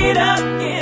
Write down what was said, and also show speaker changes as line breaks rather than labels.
it up. Yeah.